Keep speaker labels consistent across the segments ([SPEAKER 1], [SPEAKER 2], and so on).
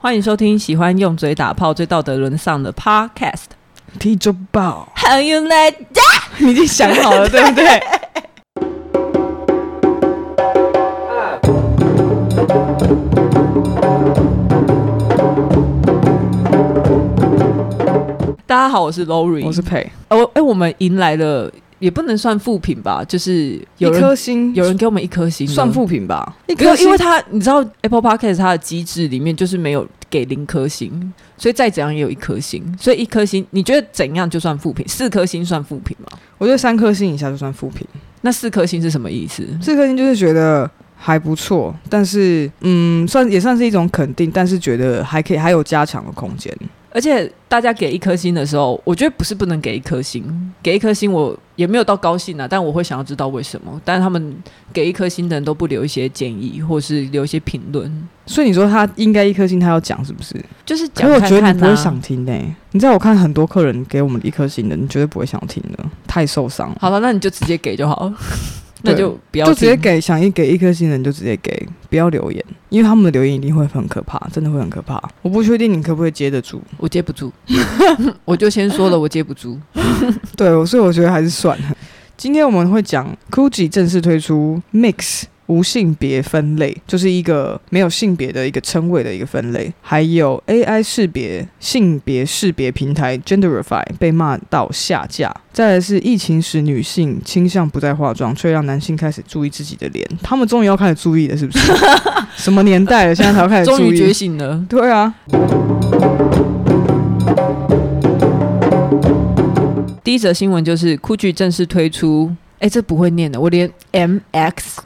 [SPEAKER 1] 欢迎收听喜欢用嘴打炮、最道德沦丧的 Podcast。
[SPEAKER 2] 踢就爆！
[SPEAKER 1] How you like that？
[SPEAKER 2] 你已经想好了，对不对？
[SPEAKER 1] 大家好，我是 Lori，
[SPEAKER 2] 我是佩，
[SPEAKER 1] 呃我哎、我们迎来了，也不能算负评吧，就是
[SPEAKER 2] 一
[SPEAKER 1] 有人
[SPEAKER 2] 颗星，
[SPEAKER 1] 有人给我们一颗星了，
[SPEAKER 2] 算负评吧？一
[SPEAKER 1] 没有，
[SPEAKER 2] 颗星，
[SPEAKER 1] 因为它你知道 Apple Podcast 它的机制里面就是没有给零颗星，所以再怎样也有一颗星，所以一颗星你觉得怎样就算负评？四颗星算负评吗？
[SPEAKER 2] 我觉得三颗星以下就算负评，
[SPEAKER 1] 那四颗星是什么意思？
[SPEAKER 2] 四颗星就是觉得还不错，但是嗯，算也算是一种肯定，但是觉得还可以，还有加强的空间。
[SPEAKER 1] 而且大家给一颗星的时候，我觉得不是不能给一颗星，给一颗星我也没有到高兴啊，但我会想要知道为什么。但是他们给一颗星的人都不留一些建议，或是留一些评论，
[SPEAKER 2] 所以你说他应该一颗星，他要讲是不是？
[SPEAKER 1] 就是
[SPEAKER 2] 可
[SPEAKER 1] 讲
[SPEAKER 2] 是我
[SPEAKER 1] 看
[SPEAKER 2] 觉得
[SPEAKER 1] 看
[SPEAKER 2] 你不会
[SPEAKER 1] 啊
[SPEAKER 2] 想听呢、你知道我看很多客人给我们一颗星的，你绝对不会想听的，太受伤了。
[SPEAKER 1] 好了，那你就直接给就好 了，那
[SPEAKER 2] 对
[SPEAKER 1] 就不要
[SPEAKER 2] 就直接
[SPEAKER 1] 听
[SPEAKER 2] 给想一给一颗星的人就直接给，不要留言，因为他们的留言一定会很可怕，真的会很可怕。我不确定你可不可以接得住，
[SPEAKER 1] 我接不住， 我就先说了，我接不 住。
[SPEAKER 2] 对，我所以我觉得还是算了。今天我们会讲 Gucci 正式推出 Mix 无性别分类，就是一个没有性别的一个称谓的一个分类，还有 AI 识别性别识别平台 Genderify 被骂到下架，再来是疫情时女性倾向不再化妆，却让男性开始注意自己的脸，他们终于要开始注意 了，是不是？什么年代了，现在才要开始
[SPEAKER 1] 终
[SPEAKER 2] 注
[SPEAKER 1] 于
[SPEAKER 2] 意？
[SPEAKER 1] 觉醒了，
[SPEAKER 2] 对啊，
[SPEAKER 1] 第一则新闻就是 GUCCI 正式推出，哎，这不会念的，我连 MX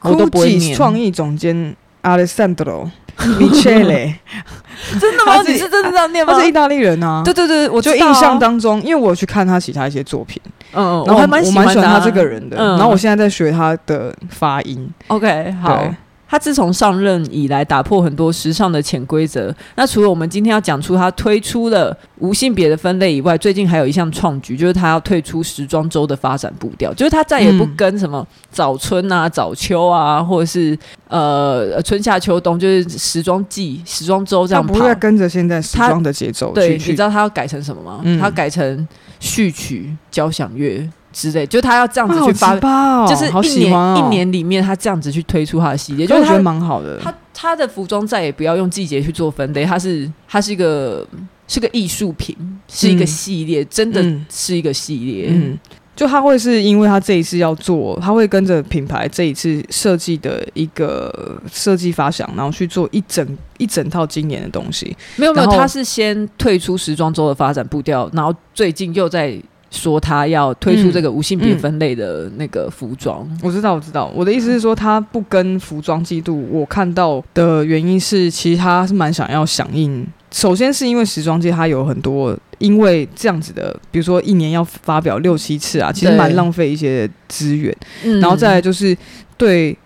[SPEAKER 1] 我都不会
[SPEAKER 2] Gucci
[SPEAKER 1] 念。
[SPEAKER 2] 创意总监 Alessandro Michele，
[SPEAKER 1] 真的
[SPEAKER 2] 他
[SPEAKER 1] 吗？
[SPEAKER 2] 是
[SPEAKER 1] 你是真的这样念吗？
[SPEAKER 2] 他是意大利人啊。
[SPEAKER 1] 嗯对对对，我
[SPEAKER 2] 我就
[SPEAKER 1] 知道
[SPEAKER 2] 印
[SPEAKER 1] 啊
[SPEAKER 2] 象，当中，因为我有去看他其他一些作品，
[SPEAKER 1] 嗯，
[SPEAKER 2] 然后
[SPEAKER 1] 还蛮
[SPEAKER 2] 蛮我
[SPEAKER 1] 喜欢
[SPEAKER 2] 喜欢
[SPEAKER 1] 的啊
[SPEAKER 2] 他这个人的。
[SPEAKER 1] 嗯
[SPEAKER 2] 然后我现在在学他的发音。
[SPEAKER 1] OK 好
[SPEAKER 2] 对。
[SPEAKER 1] 他自从上任以来，打破很多时尚的潜规则。那除了我们今天要讲出他推出了无性别的分类以外，最近还有一项创举，就是他要退出时装周的发展步调，就是他再也不
[SPEAKER 2] 嗯
[SPEAKER 1] 跟什么早春啊、早秋啊，或者是呃呃春夏秋冬，就是时装季、时装周这
[SPEAKER 2] 他
[SPEAKER 1] 样
[SPEAKER 2] 不
[SPEAKER 1] 跑
[SPEAKER 2] 是。在跟着现在时
[SPEAKER 1] 他
[SPEAKER 2] 装的节奏
[SPEAKER 1] 对，
[SPEAKER 2] 去
[SPEAKER 1] 你知
[SPEAKER 2] 去，
[SPEAKER 1] 道他要改成什么吗？
[SPEAKER 2] 嗯
[SPEAKER 1] 他要改成序曲、交响乐之类，就是他要这样子
[SPEAKER 2] 哇
[SPEAKER 1] 去发
[SPEAKER 2] 好奇葩哦
[SPEAKER 1] 就是
[SPEAKER 2] 好
[SPEAKER 1] 一
[SPEAKER 2] 喜
[SPEAKER 1] 年、
[SPEAKER 2] 欢哦
[SPEAKER 1] 一，年里面，他这样子去推出他的系列，
[SPEAKER 2] 也
[SPEAKER 1] 就
[SPEAKER 2] 我
[SPEAKER 1] 是
[SPEAKER 2] 觉得
[SPEAKER 1] 他
[SPEAKER 2] 蛮好的。
[SPEAKER 1] 他他的服装再也不要用季节去做分类，它是它是一个是个艺术品，是一个
[SPEAKER 2] 嗯
[SPEAKER 1] 系列，真的
[SPEAKER 2] 嗯
[SPEAKER 1] 是一个系列。嗯，
[SPEAKER 2] 嗯，就他会是因为他这一次要做，他会跟着品牌这一次设计的一个设计发想，然后去做一整一整套今年的东西。
[SPEAKER 1] 没有没有，
[SPEAKER 2] 然后
[SPEAKER 1] 他是先退出时装周的发展步调，然后最近又在说他要推出这个无性别
[SPEAKER 2] 嗯
[SPEAKER 1] 分类的那个服装。
[SPEAKER 2] 我知道，我知道。我的意思是说，他不跟服装季度，我看到的原因是，其实他是蛮想要响应。首先是因为时装界它有很多，因为这样子的，比如说一年要发表六七次啊，其实
[SPEAKER 1] 对
[SPEAKER 2] 蛮浪费一些资源。
[SPEAKER 1] 嗯
[SPEAKER 2] 然后再来就是对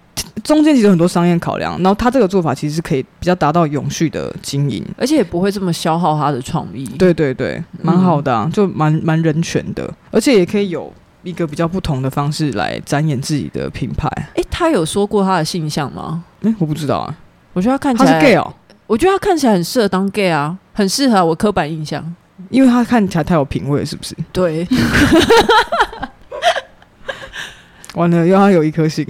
[SPEAKER 2] 中间其实有很多商业考量，然后他这个做法其实是可以比较达到永续的经营。
[SPEAKER 1] 而且也不会这么消耗他的创意。，
[SPEAKER 2] 对对对，
[SPEAKER 1] 嗯
[SPEAKER 2] 蛮好的、啊，就蛮蛮人权的，而且也可以有一个比较不同的方式来展演自己的品牌。
[SPEAKER 1] 哎，他有说过他的性向吗？
[SPEAKER 2] 哎、我不知道啊，
[SPEAKER 1] 我觉得他看起
[SPEAKER 2] 他
[SPEAKER 1] 来
[SPEAKER 2] 是 gay 哦、
[SPEAKER 1] 我觉得他看起来很适合当 gay 啊，很适合啊我刻板印象。
[SPEAKER 2] 因为他看起来太有品味，是不是？
[SPEAKER 1] 对，
[SPEAKER 2] 完了，又要有一 颗星。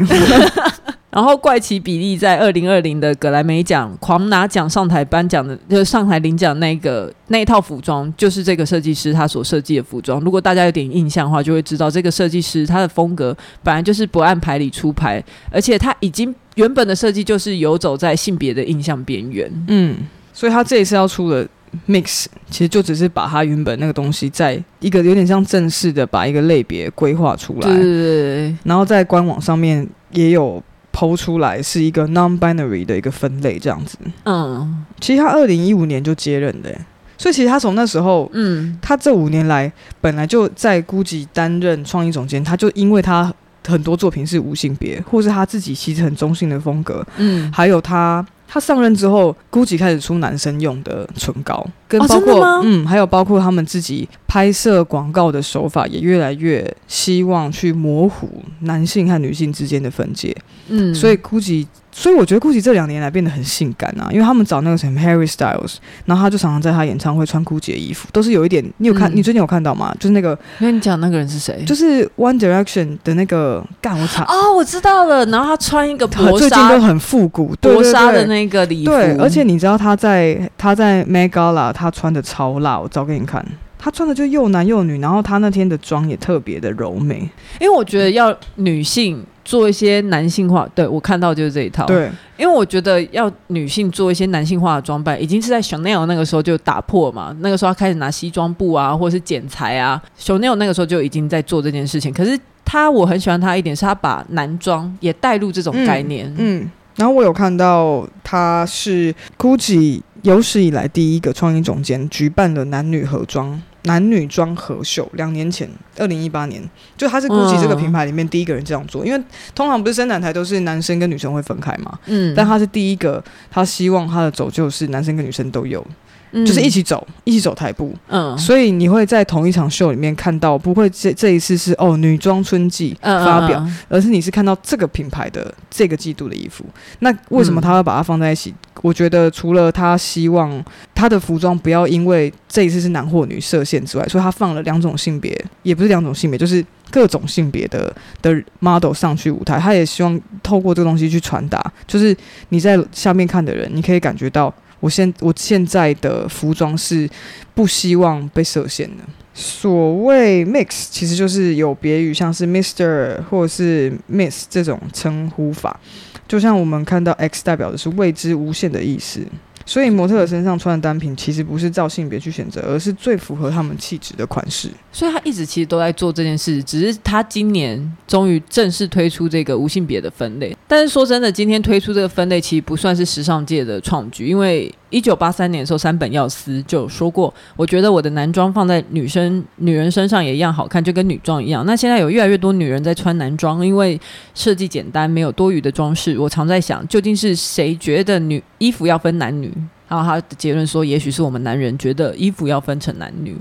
[SPEAKER 1] 然后怪奇比利在二零二零的格莱美奖狂拿奖上台颁奖的，就是上台领奖那个那一套服装，就是这个设计师他所设计的服装。如果大家有点印象的话，就会知道这个设计师他的风格本来就是不按牌理出牌，而且他已经原本的设计就是游走在性别的印象边缘。
[SPEAKER 2] 嗯，所以他这一次要出的 mix，其实就只是把他原本那个东西，在一个有点像正式的把一个类别规划出
[SPEAKER 1] 对对
[SPEAKER 2] 来，
[SPEAKER 1] 对
[SPEAKER 2] 然后在官网上面也有抛出来，是一个 non-binary 的一个分类这样子。
[SPEAKER 1] 嗯
[SPEAKER 2] 其实他二零一五年就接任的欸、所以其实他从那时候
[SPEAKER 1] 嗯，
[SPEAKER 2] 他这五年来本来就在 GUCCI 担任创意总监，他就因为他很多作品是无性别，或是他自己其实很中性的风格，
[SPEAKER 1] 嗯，
[SPEAKER 2] 还有他他上任之后，GUCCI 开始出男生用的唇膏，跟
[SPEAKER 1] 哦
[SPEAKER 2] 包
[SPEAKER 1] 真的
[SPEAKER 2] 括、
[SPEAKER 1] 吗
[SPEAKER 2] 嗯，还有包括他们自己拍摄广告的手法也越来越希望去模糊男性和女性之间的分界，
[SPEAKER 1] 嗯，
[SPEAKER 2] 所以 Gucci，所以我觉得 Gucci 这两年来变得很性感啊，因为他们找那个什么 Harry Styles，然后他就常常在他演唱会穿 Gucci 的衣服，都是有一点，你有看，
[SPEAKER 1] 嗯
[SPEAKER 2] 你最近有看到吗？就是那个，
[SPEAKER 1] 因为你讲那个人是谁？
[SPEAKER 2] 就是 One Direction 的那个，干我操，
[SPEAKER 1] 哦，我知道了。然后他穿一个薄
[SPEAKER 2] 啊最近
[SPEAKER 1] 纱
[SPEAKER 2] 都 很复古，对
[SPEAKER 1] 薄纱
[SPEAKER 2] 对
[SPEAKER 1] 的
[SPEAKER 2] 对
[SPEAKER 1] 那个礼服，
[SPEAKER 2] 对，而且你知道他在他在 Met Gala 他穿的超辣，我找给你看，他穿的就又男又女，然后他那天的妆也特别的柔美，
[SPEAKER 1] 因为我觉得要女性做一些男性化，对我看到就是这一套。，
[SPEAKER 2] 对，
[SPEAKER 1] 因为我觉得要女性做一些男性化的装扮，已经是在 Chanel 那个时候就打破嘛。那个时候她开始拿西装布啊，或者是剪裁啊，Chanel 那个时候就已经在做这件事情。可是她，我很喜欢她一点是她把男装也带入这种概念。
[SPEAKER 2] 嗯，然后我有看到他是 GUCCI 有史以来第一个创意总监举办了男女合装。男女装合秀，两年前，二零一八年，就他是 GUCCI 这个品牌里面第一个人这样做，因为通常不是生产台都是男生跟女生会分开嘛，
[SPEAKER 1] 嗯
[SPEAKER 2] 但他是第一个，他希望他的走就是男生跟女生都有，就是一，起走，一起走台步，
[SPEAKER 1] 嗯
[SPEAKER 2] 所以你会在同一场秀里面看到，不会这这一次是哦女装春季
[SPEAKER 1] 嗯
[SPEAKER 2] 发表，
[SPEAKER 1] 嗯嗯
[SPEAKER 2] 而是你是看到这个品牌的这个季度的衣服。那为什么他要把它放在一起？我觉得除了他希望他的服装不要因为这一次是男或女设限之外，所以他放了两种性别，也不是两种性别，就是各种性别的的 model 上去舞台。他也希望透过这个东西去传达，就是你在下面看的人，你可以感觉到我现我现在的服装是不希望被设限的。所谓 mix 其实就是有别于像是 Mister 或者是 Miss 这种称呼法，就像我们看到 X 代表的是未知无限的意思，所以模特儿身上穿的单品其实不是照性别去选择，而是最符合他们气质的款式。
[SPEAKER 1] 所以他一直其实都在做这件事，只是他今年终于正式推出这个无性别的分类。但是说真的，今天推出这个分类其实不算是时尚界的创举，因为一九八三年的时候，山本耀司就有说过，我觉得我的男装放在女生女人身上也一样好看，就跟女装一样。那现在有越来越多女人在穿男装，因为设计简单，没有多余的装饰。我常在想，究竟是谁觉得女衣服要分男女？然后他的结论说，也许是我们男人觉得衣服要分成男女。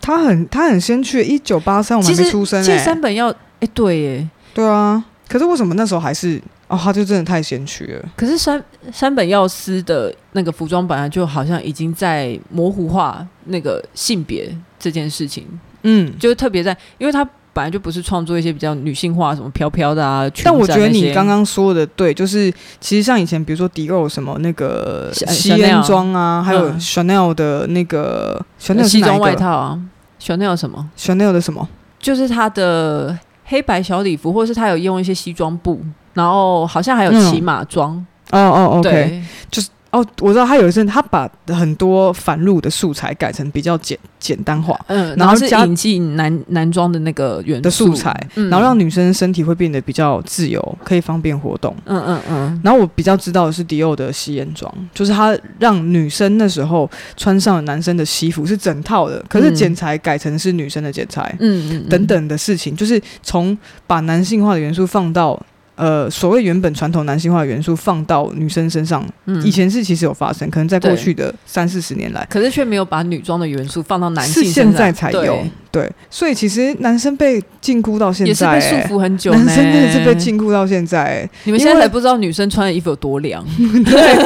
[SPEAKER 2] 他很他很先去，一九八三我们还
[SPEAKER 1] 其
[SPEAKER 2] 没
[SPEAKER 1] 实
[SPEAKER 2] 出生
[SPEAKER 1] 其
[SPEAKER 2] 哎、
[SPEAKER 1] 实三本要，哎、对耶，
[SPEAKER 2] 对啊，可是为什么那时候还是哦，他就真的太先驱了。
[SPEAKER 1] 可是山山本耀司的那个服装本来就好像已经在模糊化那个性别这件事情，
[SPEAKER 2] 嗯，
[SPEAKER 1] 就是特别在，因为他本来就不是创作一些比较女性化什么飘飘的啊，裙子啊
[SPEAKER 2] 但我觉得
[SPEAKER 1] 那
[SPEAKER 2] 你
[SPEAKER 1] 些
[SPEAKER 2] 刚刚说的对，就是其实像以前，比如说迪奥什么那个
[SPEAKER 1] 是
[SPEAKER 2] 吸
[SPEAKER 1] 呃 Chanel
[SPEAKER 2] 烟装啊，还有
[SPEAKER 1] 嗯
[SPEAKER 2] Chanel 的那个 Chanel
[SPEAKER 1] 呃
[SPEAKER 2] 是
[SPEAKER 1] 西
[SPEAKER 2] 哪一
[SPEAKER 1] 装
[SPEAKER 2] 个
[SPEAKER 1] 外套啊，选那有什么，
[SPEAKER 2] ，Chanel 的什么？
[SPEAKER 1] 就是他的黑白小礼服，或是他有用一些西装布，然后好像还有
[SPEAKER 2] 嗯
[SPEAKER 1] 骑马装，
[SPEAKER 2] 哦哦，OK，
[SPEAKER 1] 对，
[SPEAKER 2] 哦，我知道他有一阵他把很多反路的素材改成比较简简单化
[SPEAKER 1] 嗯，
[SPEAKER 2] 然
[SPEAKER 1] 然
[SPEAKER 2] 后
[SPEAKER 1] 后是
[SPEAKER 2] 加
[SPEAKER 1] 引进男男装的那个元素
[SPEAKER 2] 的素材，
[SPEAKER 1] 嗯
[SPEAKER 2] 然后让女生身体会变得比较自由，可以方便活动。
[SPEAKER 1] 嗯嗯嗯，
[SPEAKER 2] 然后我比较知道的是迪奥的吸烟装，就是它让女生那时候穿上了男生的西服是整套的，可是
[SPEAKER 1] 嗯
[SPEAKER 2] 剪裁改成是女生的剪裁，
[SPEAKER 1] 嗯嗯嗯
[SPEAKER 2] 等等的事情，就是从把男性化的元素放到呃所谓原本传统男性化的元素放到女生身上，
[SPEAKER 1] 嗯
[SPEAKER 2] 以前是其实有发生，可能在过
[SPEAKER 1] 对
[SPEAKER 2] 去的三四十年来。
[SPEAKER 1] 可是却没有把女装的元素放到男性
[SPEAKER 2] 是
[SPEAKER 1] 身
[SPEAKER 2] 现
[SPEAKER 1] 上
[SPEAKER 2] 在才有，
[SPEAKER 1] 对
[SPEAKER 2] 对所以其实男生被禁锢到现
[SPEAKER 1] 也是
[SPEAKER 2] 在、
[SPEAKER 1] 被束
[SPEAKER 2] 欸
[SPEAKER 1] 缚很久、呢。
[SPEAKER 2] 男生真的是被禁锢到现在、欸
[SPEAKER 1] 你们
[SPEAKER 2] 因
[SPEAKER 1] 现在
[SPEAKER 2] 为
[SPEAKER 1] 才不知道女生穿的衣服有多 凉，
[SPEAKER 2] 对，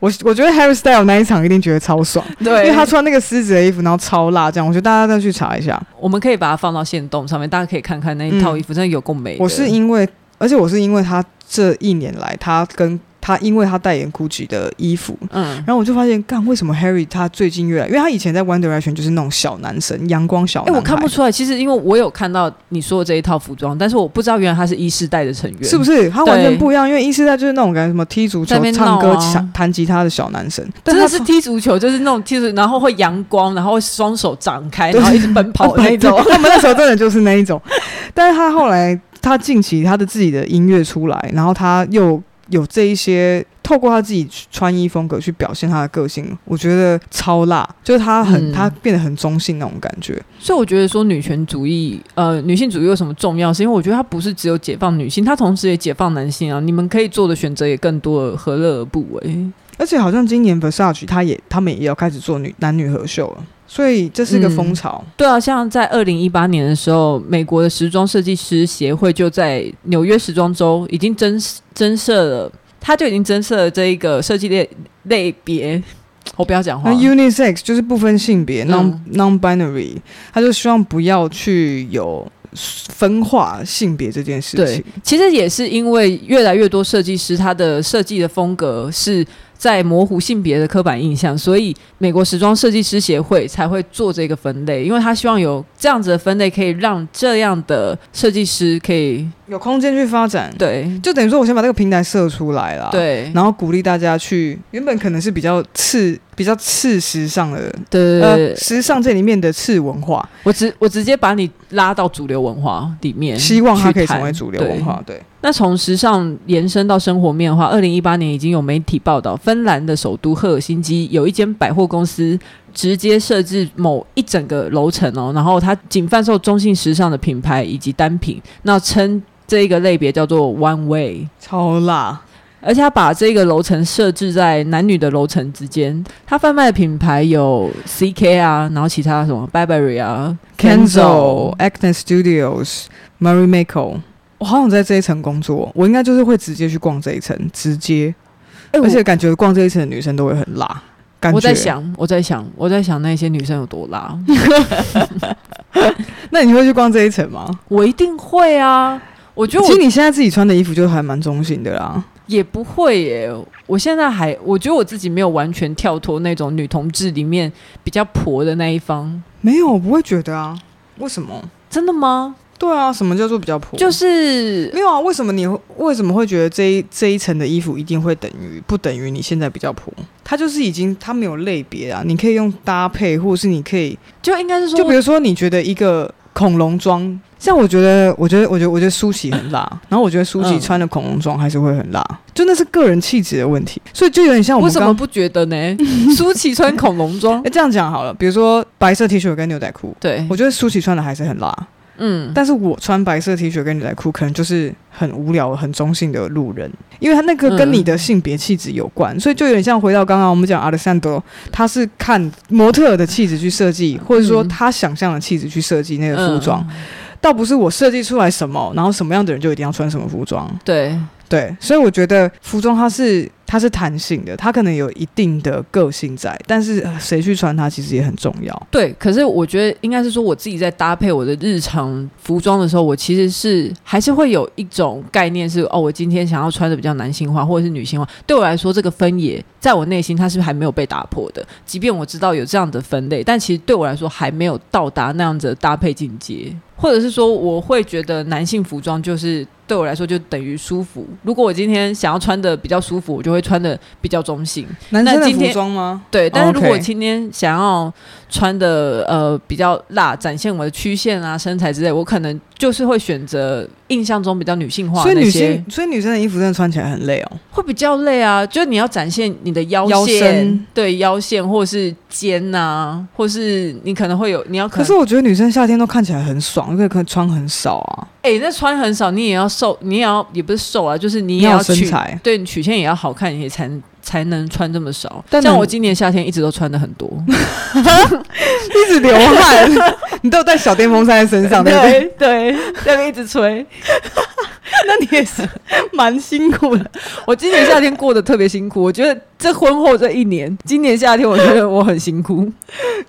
[SPEAKER 2] 我我觉得 Harry Style 那一场一定觉得超爽，因
[SPEAKER 1] 对
[SPEAKER 2] 为他穿那个狮子的衣服，然后超辣，这样我觉得大家再去查一下。
[SPEAKER 1] 我们可以把它放到线动上面，大家可以看看那一套衣服，真的有够美的。
[SPEAKER 2] 嗯我是因为，而且我是因为他这一年来，他跟他因为他代言 GUCCI 的衣服，
[SPEAKER 1] 嗯
[SPEAKER 2] 然后我就发现，干为什么 Harry 他最近越来，因为他以前在 One Direction 就是那种小男神、阳光小
[SPEAKER 1] 哎、
[SPEAKER 2] 男孩，
[SPEAKER 1] 我看不出来，其实因为我有看到你说的这一套服装，但是我不知道原来他是 E 一世代的成员，
[SPEAKER 2] 是不
[SPEAKER 1] 是？
[SPEAKER 2] 是？他完全
[SPEAKER 1] 对
[SPEAKER 2] 不一样，因为一世代就是那种感觉，什么踢足球
[SPEAKER 1] 在那、边
[SPEAKER 2] 唱
[SPEAKER 1] 闹
[SPEAKER 2] 歌、
[SPEAKER 1] 啊
[SPEAKER 2] 弹弹吉他的小男神，但
[SPEAKER 1] 真
[SPEAKER 2] 他
[SPEAKER 1] 的是踢足球，就是那种踢足球，然后会阳光，然后会双手展开，
[SPEAKER 2] 对啊
[SPEAKER 1] 然后一直奔跑的那种。
[SPEAKER 2] 哦对他们那时候真的就是那一种，但是他后来他近期他的自己的音乐出来，然后他又有这一些透过他自己穿衣风格去表现他的个性，我觉得超辣，就是他很、
[SPEAKER 1] 嗯
[SPEAKER 2] 他变得很中性那种感觉。
[SPEAKER 1] 所以我觉得说女权主义，呃，女性主义有什么重要？是因为我觉得它不是只有解放女性，它同时也解放男性啊。你们可以做的选择也更多了，何乐而不为？
[SPEAKER 2] 而且好像今年 Versace 他也他们也要开始做女男女合秀了，所以这是一个风潮。
[SPEAKER 1] 对啊，像在二零一八年的时候，美国的时装设计师协会就在纽约时装周已经增增设了，他就已经增设了这一个设计类类别。我不要讲话
[SPEAKER 2] 那，unisex 就是不分性别、
[SPEAKER 1] 嗯
[SPEAKER 2] non non binary，他就希望不要去有分化性别这件事情
[SPEAKER 1] 对。其实也是因为越来越多设计师他的设计的风格是在模糊性别的刻板印象，所以美国时装设计师协会才会做这个分类，因为他希望有这样子的分类可以让这样的设计师可以
[SPEAKER 2] 有空间去发展。，
[SPEAKER 1] 对
[SPEAKER 2] 就等于说我先把这个平台设出来啦。。
[SPEAKER 1] 对
[SPEAKER 2] 然后鼓励大家去，原本可能是比较次、比较次时尚的，
[SPEAKER 1] 对
[SPEAKER 2] 呃，
[SPEAKER 1] 对，
[SPEAKER 2] 时尚这里面的次文化，
[SPEAKER 1] 我直我直接把你拉到主流文化里面，
[SPEAKER 2] 希望它可以
[SPEAKER 1] 嗯去谈
[SPEAKER 2] 成为主流文。
[SPEAKER 1] 对
[SPEAKER 2] 化。对，
[SPEAKER 1] 那从时尚延伸到生活面的话，二零一八年已经有媒体报道，芬兰的首都赫尔辛基有一间百货公司直接设置某一整个楼层哦，然后它仅贩售中性时尚的品牌以及单品，那称这一个类别叫做 One Way。
[SPEAKER 2] 超辣。
[SPEAKER 1] 而且它把这个楼层设置在男女的楼层之间，它贩卖的品牌有 CK 啊，然后其他什么 Burberry 啊
[SPEAKER 2] Kenzo、Acne Studios、Mary m a k o 我好想在这一层工作，我应该就是会直接去逛这一层，直接，
[SPEAKER 1] 哎我
[SPEAKER 2] 而且感觉逛这一层的女生都会很辣。感觉
[SPEAKER 1] 我在，想，我在想，我在想那些女生有多辣，
[SPEAKER 2] 那你会去逛这一层吗？
[SPEAKER 1] 我一定会啊！我觉得
[SPEAKER 2] 其实
[SPEAKER 1] 我
[SPEAKER 2] 你现在自己穿的衣服就还蛮中性的啦。
[SPEAKER 1] 也不会耶，我现在还我觉得我自己没有完全跳脱那种女同志里面比较婆的那一方，
[SPEAKER 2] 没有，我不会觉得啊。为什么？
[SPEAKER 1] 真的吗？
[SPEAKER 2] 对啊，什么叫做比较普？
[SPEAKER 1] 就是
[SPEAKER 2] 没有啊。为什么你会为什么会觉得这一这一层的衣服一定会等于不等于你现在比较普？它就是已经它没有类别啊，你可以用搭配，或是你可以
[SPEAKER 1] 就应该是说，
[SPEAKER 2] 就比如说，你觉得一个恐龙装，像我觉得，我觉得，我觉得，我觉得舒淇很辣， 然后我觉得舒淇
[SPEAKER 1] 嗯
[SPEAKER 2] 穿的恐龙装还是会很辣，就那是个人气质的问题，所以就有点像我
[SPEAKER 1] 为
[SPEAKER 2] 们
[SPEAKER 1] 什
[SPEAKER 2] 刚
[SPEAKER 1] 么。不觉得 呢？舒淇穿恐龙装
[SPEAKER 2] 哎、，这样讲好了，比如说白色 T 恤跟牛仔裤，
[SPEAKER 1] 对，
[SPEAKER 2] 我觉得舒淇穿的还是很辣，
[SPEAKER 1] 嗯，
[SPEAKER 2] 但是我穿白色 T 恤跟牛仔裤，可能就是很无聊、很中性的路人，因为他那个跟你的性别气质有关，
[SPEAKER 1] 嗯
[SPEAKER 2] 所以就有点像回到刚刚我们讲 Alessandro，他是看模特儿的气质去设计，或者说
[SPEAKER 1] 嗯
[SPEAKER 2] 他想象的气质去设计那个服
[SPEAKER 1] 嗯
[SPEAKER 2] 装，倒不是我设计出来什么，然后什么样的人就一定要穿什么服装。
[SPEAKER 1] 对，
[SPEAKER 2] 对，所以我觉得服装它是它是弹性的，它可能有一定的个性在，但是呃谁去穿它其实也很重要。
[SPEAKER 1] 对，可是我觉得应该是说，我自己在搭配我的日常服装的时候，我其实是还是会有一种概念是，哦，我今天想要穿的比较男性化或者是女性化。对我来说，这个分野在我内心它是还没有被打破的。即便我知道有这样的分类，但其实对我来说还没有到达那样子的搭配境界，或者是说，我会觉得男性服装就是。对我来说就等于舒服。如果我今天想要穿的比较舒服，我就会穿的比较中性。
[SPEAKER 2] 男生的
[SPEAKER 1] 今
[SPEAKER 2] 服
[SPEAKER 1] 天
[SPEAKER 2] 装吗？
[SPEAKER 1] 对，但是如果
[SPEAKER 2] 哦 OK
[SPEAKER 1] 今天想要穿的呃比较辣，展现我的曲线啊、身材之类，我可能就是会选择印象中比较女性化
[SPEAKER 2] 所
[SPEAKER 1] 的
[SPEAKER 2] 以
[SPEAKER 1] 那
[SPEAKER 2] 女
[SPEAKER 1] 些
[SPEAKER 2] 性，，所以女生的衣服真的穿起来很累哦。
[SPEAKER 1] 会比较累啊。就是你要展现你的腰线，
[SPEAKER 2] 腰身
[SPEAKER 1] 对腰线或是肩呐、或是你可能会有你要
[SPEAKER 2] 可
[SPEAKER 1] 能
[SPEAKER 2] 是我觉得女生夏天都看起来很爽，因为可以穿很少啊，
[SPEAKER 1] 哎、那穿很少，你也要瘦，你也要也不是瘦啊，就是你
[SPEAKER 2] 你
[SPEAKER 1] 也
[SPEAKER 2] 要有身
[SPEAKER 1] 曲，
[SPEAKER 2] 材。
[SPEAKER 1] 对你曲线也要好看，你才才能穿这么少。
[SPEAKER 2] 但
[SPEAKER 1] 像
[SPEAKER 2] 能
[SPEAKER 1] 我今年夏天一直都穿的很多。
[SPEAKER 2] 一直流汗， 你都有带小电风扇在身 上，对不对？
[SPEAKER 1] 对 对，那个一直吹。
[SPEAKER 2] 那你也是蛮辛苦的。
[SPEAKER 1] 我今年夏天过得特别辛苦，我觉得这婚后这一年，今年夏天我觉得我很辛苦。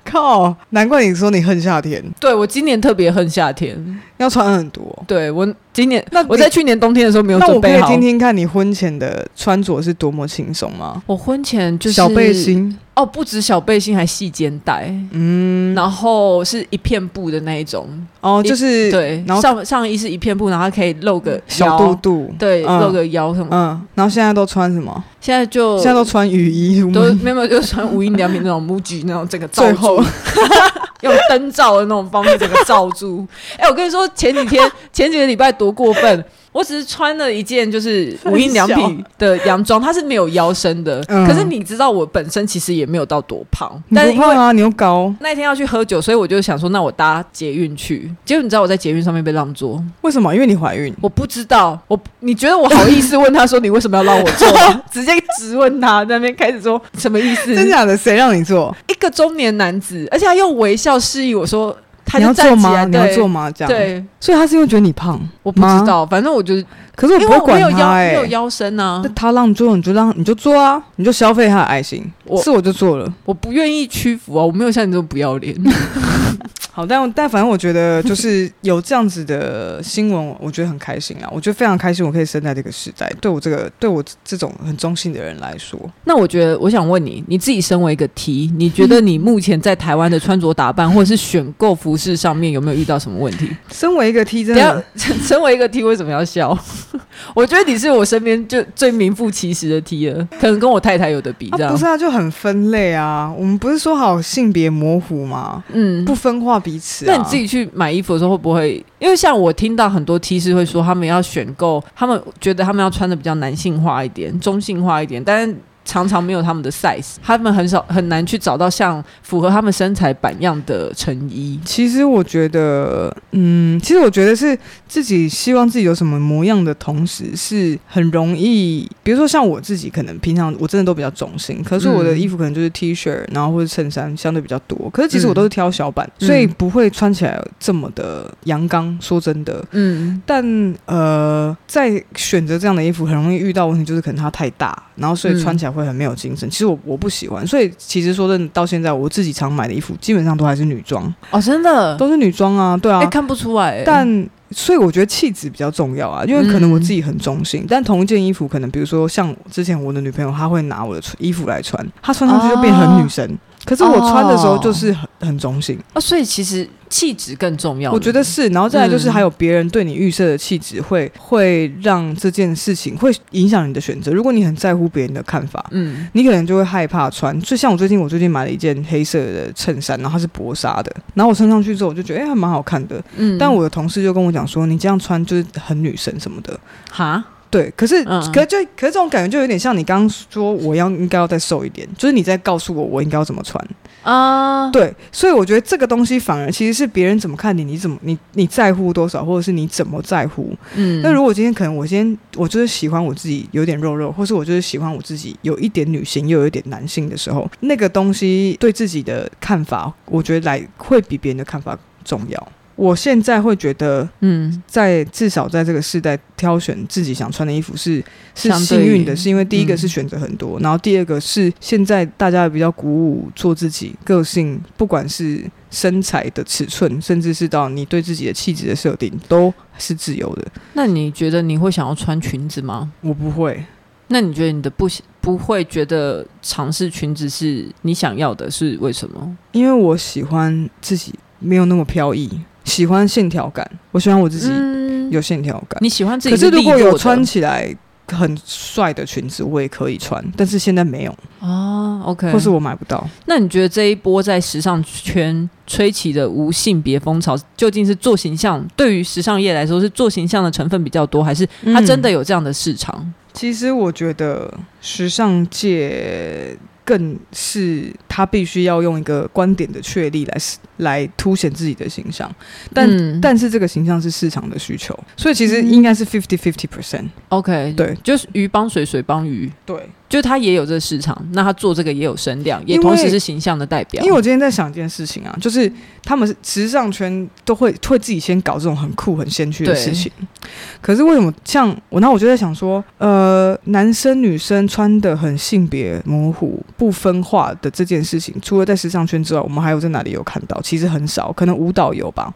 [SPEAKER 2] 靠，难怪你说你恨夏天，
[SPEAKER 1] 对我今年特别恨夏天，
[SPEAKER 2] 要穿很多。
[SPEAKER 1] 对我今年
[SPEAKER 2] 那你
[SPEAKER 1] 我在去年冬天的时候没有
[SPEAKER 2] 那我
[SPEAKER 1] 准
[SPEAKER 2] 可
[SPEAKER 1] 备
[SPEAKER 2] 以
[SPEAKER 1] 好。
[SPEAKER 2] 听听看你婚前的穿着是多么轻松吗？
[SPEAKER 1] 我婚前就是
[SPEAKER 2] 小背心，
[SPEAKER 1] 哦，不止小背心，还细肩带，
[SPEAKER 2] 嗯，
[SPEAKER 1] 然后是一片布的那一种，
[SPEAKER 2] 哦，就是
[SPEAKER 1] 对，
[SPEAKER 2] 然后
[SPEAKER 1] 上上衣是一片布，然后它可以露个
[SPEAKER 2] 小
[SPEAKER 1] 腰
[SPEAKER 2] 肚，肚，
[SPEAKER 1] 对，
[SPEAKER 2] 嗯
[SPEAKER 1] 露个腰什么。
[SPEAKER 2] 嗯，然后现在都穿什么？
[SPEAKER 1] 现在就
[SPEAKER 2] 现在呃都穿雨衣嗯出
[SPEAKER 1] 都
[SPEAKER 2] 门，
[SPEAKER 1] 没有没有，就穿无印良品那种 MUJI 那种整个罩
[SPEAKER 2] 最
[SPEAKER 1] 住
[SPEAKER 2] 后
[SPEAKER 1] 用灯罩的那种方式整个罩住。 哎、我跟你说，前几 天前几个礼拜多过分，我只是穿了一件就是无印良品的洋装，它是没有腰身的。
[SPEAKER 2] 嗯
[SPEAKER 1] 可是你知道，我本身其实也没有到多胖，
[SPEAKER 2] 你
[SPEAKER 1] 但是
[SPEAKER 2] 不
[SPEAKER 1] 因为
[SPEAKER 2] 胖啊，你又高，
[SPEAKER 1] 那一天要去喝酒，所以我就想说，那我搭捷运去。结果你知道我在捷运上面被让座，
[SPEAKER 2] 为什么？因为你怀孕。
[SPEAKER 1] 我不知道，我你觉得我好意思问他说你为什么要让我坐、啊？直接质问他，在那边开始说什么意思？
[SPEAKER 2] 真假的？谁让你做？
[SPEAKER 1] 一个中年男子，而且他用微笑示意我说，他
[SPEAKER 2] 你
[SPEAKER 1] 就
[SPEAKER 2] 要做
[SPEAKER 1] 站起
[SPEAKER 2] 吗？
[SPEAKER 1] 来，
[SPEAKER 2] 你要做
[SPEAKER 1] 吗？
[SPEAKER 2] 吗？这样。，
[SPEAKER 1] 对，
[SPEAKER 2] 所以他是因为觉得你胖，
[SPEAKER 1] 我不
[SPEAKER 2] 吗
[SPEAKER 1] 知道，反正我就是
[SPEAKER 2] 可是我
[SPEAKER 1] 因为
[SPEAKER 2] 不会
[SPEAKER 1] 我没
[SPEAKER 2] 管
[SPEAKER 1] 有腰，
[SPEAKER 2] 他
[SPEAKER 1] 没有
[SPEAKER 2] 哎。
[SPEAKER 1] 腰身啊
[SPEAKER 2] 那，他让做你就让你就做啊，你就消费他的爱心。
[SPEAKER 1] 我
[SPEAKER 2] 是我就 做了。
[SPEAKER 1] 我不愿意屈服啊，我没有像你这么不要脸。
[SPEAKER 2] 好，但但反正我 觉得就是有这样子的新闻，我觉得很开心啊，我觉得非常开心，我可以生在这个时代。对我这个对我这种很中性的人来说，
[SPEAKER 1] 那我觉得，我想问你，你自己身为一个 T，你觉得你目前在台湾的穿着打 扮或者是选购服饰上面有没有遇到什么问题？
[SPEAKER 2] 身为一个啊 T 真
[SPEAKER 1] 等一下
[SPEAKER 2] 的，
[SPEAKER 1] 身为一个 T，为什么要笑？ 我觉得你是我身边就最名副其实的 T 了，可能跟我太太有的比
[SPEAKER 2] 啊
[SPEAKER 1] 这样。
[SPEAKER 2] 不是啊，就很分类啊。我们不是说好性别模糊吗？
[SPEAKER 1] 嗯，
[SPEAKER 2] 不分化彼此、啊。
[SPEAKER 1] 那你自己去买衣服的时候会不会？因为像我听到很多 T 是会说他们要选购，他们觉得他们要穿的比较男性化一点、中性化一点，但是常常没有他们的 size，他们很少很难去找到像符合他们身材版样的成衣。
[SPEAKER 2] 其实我觉得，嗯，其实我觉得是自己希望自己有什么模样的同时，是很容易，比如说像我自己，可能平常我真的都比较中性，可是我的
[SPEAKER 1] 嗯
[SPEAKER 2] 衣服可能就是 T 恤，然后或者衬衫相对比较多，可是其实我
[SPEAKER 1] 嗯
[SPEAKER 2] 都是挑小版，
[SPEAKER 1] 嗯
[SPEAKER 2] 所以不会穿起来这么的阳刚。说真的，
[SPEAKER 1] 嗯，
[SPEAKER 2] 但呃，在选择这样的衣服，很容易遇到问题，就是可能它太大，然后所以
[SPEAKER 1] 嗯
[SPEAKER 2] 穿起来会很没有精神。其实我我不喜欢，所以其实说真的，到现在我自己常买的衣服，基本上都还是女装，
[SPEAKER 1] 哦，真的，
[SPEAKER 2] 都是女装啊，对啊。
[SPEAKER 1] 哎、看不出来、欸。
[SPEAKER 2] 但所以我觉得气质比较重要啊，因为
[SPEAKER 1] 嗯
[SPEAKER 2] 可能我自己很中性，但同一件衣服，可能比如说像之前我的女朋友，她会拿我的穿衣服来穿，她穿上去就变很女生。可是我穿的时候就是很很中性，
[SPEAKER 1] 哦，所以其实气质更重要。
[SPEAKER 2] 我觉得是，然后再来就是
[SPEAKER 1] 嗯
[SPEAKER 2] 还有别人对你预设的气质会会让这件事情会影响你的选择。如果你很在乎别人的看法，
[SPEAKER 1] 嗯，
[SPEAKER 2] 你可能就会害怕穿。就像我最近，我最近买了一件黑色的衬衫，然后它是薄纱的，然后我穿上去之后我就觉得哎、还蛮好看的。
[SPEAKER 1] 嗯嗯，
[SPEAKER 2] 但我的同事就跟我讲说，你这样穿就是很女神什么的。
[SPEAKER 1] 哈，
[SPEAKER 2] 对，可是、
[SPEAKER 1] 嗯
[SPEAKER 2] 可就可是这种感觉就有点像你刚刚说我要应该要再瘦一点，就是你在告诉我我应该要怎么穿。
[SPEAKER 1] 啊，
[SPEAKER 2] 对，所以我觉得这个东西反而其实是别人怎么看你，你怎么你你在乎多少，或者是你怎么在乎。
[SPEAKER 1] 嗯，
[SPEAKER 2] 那、如果今天可能我今天我就是喜欢我自己有点肉肉，或是我就是喜欢我自己有一点女性又有一点男性的时候，那个东西对自己的看法，我觉得来会比别人的看法重要。我现在会觉得，
[SPEAKER 1] 嗯，
[SPEAKER 2] 在至少在这个时代挑选自己想穿的衣服是是
[SPEAKER 1] 相对
[SPEAKER 2] 幸运的，
[SPEAKER 1] 于
[SPEAKER 2] 是因为第一个
[SPEAKER 1] 嗯
[SPEAKER 2] 是选择很多，然后第二个是现在大家比较鼓舞做自己，个性不管是身材的尺寸，甚至是到你对自己的气质的设定，都是自由的。
[SPEAKER 1] 那你觉得你会想要穿裙子吗？
[SPEAKER 2] 我不会，
[SPEAKER 1] 那你觉得你的不喜不会觉得尝试裙子是你想要的，是为什么？
[SPEAKER 2] 因为我喜欢自己没有那么飘逸，喜欢线条感，我喜欢我自己
[SPEAKER 1] 嗯，
[SPEAKER 2] 有线条感。
[SPEAKER 1] 你喜欢自己
[SPEAKER 2] 可是如
[SPEAKER 1] 利落
[SPEAKER 2] 果
[SPEAKER 1] 的
[SPEAKER 2] 有穿起来。很帅的裙子我也可以穿，但是现在没有，
[SPEAKER 1] 哦，OK，
[SPEAKER 2] 或是我买不到。
[SPEAKER 1] 那你觉得这一波在时尚圈吹起的无性别风潮，究竟是做形象对于时尚业来说是做形象的成分比较多，还是
[SPEAKER 2] 嗯
[SPEAKER 1] 它真的有这样的市场？
[SPEAKER 2] 其实我觉得时尚界更是他必须要用一个观点的确立来来凸显自己的形象，但、
[SPEAKER 1] 嗯
[SPEAKER 2] 但是这个形象是市场的需求，所以其实应该是 fifty fifty percent。
[SPEAKER 1] OK，，
[SPEAKER 2] 对
[SPEAKER 1] 就是鱼帮水，水帮鱼。
[SPEAKER 2] 对，
[SPEAKER 1] 就它也有这个市场，那它做这个也有声量，也
[SPEAKER 2] 因为
[SPEAKER 1] 同时是形象的代表。
[SPEAKER 2] 因为我今天在想一件事情啊，就是他们是时尚圈都会会自己先搞这种很酷很先驱的
[SPEAKER 1] 对
[SPEAKER 2] 事情，可是为什么像我？那我就在想说，呃，男生女生穿的很性别模糊、不分化的这件事情，除了在时尚圈之外，我们还有在哪里有看到？其实很少，可能舞蹈有吧，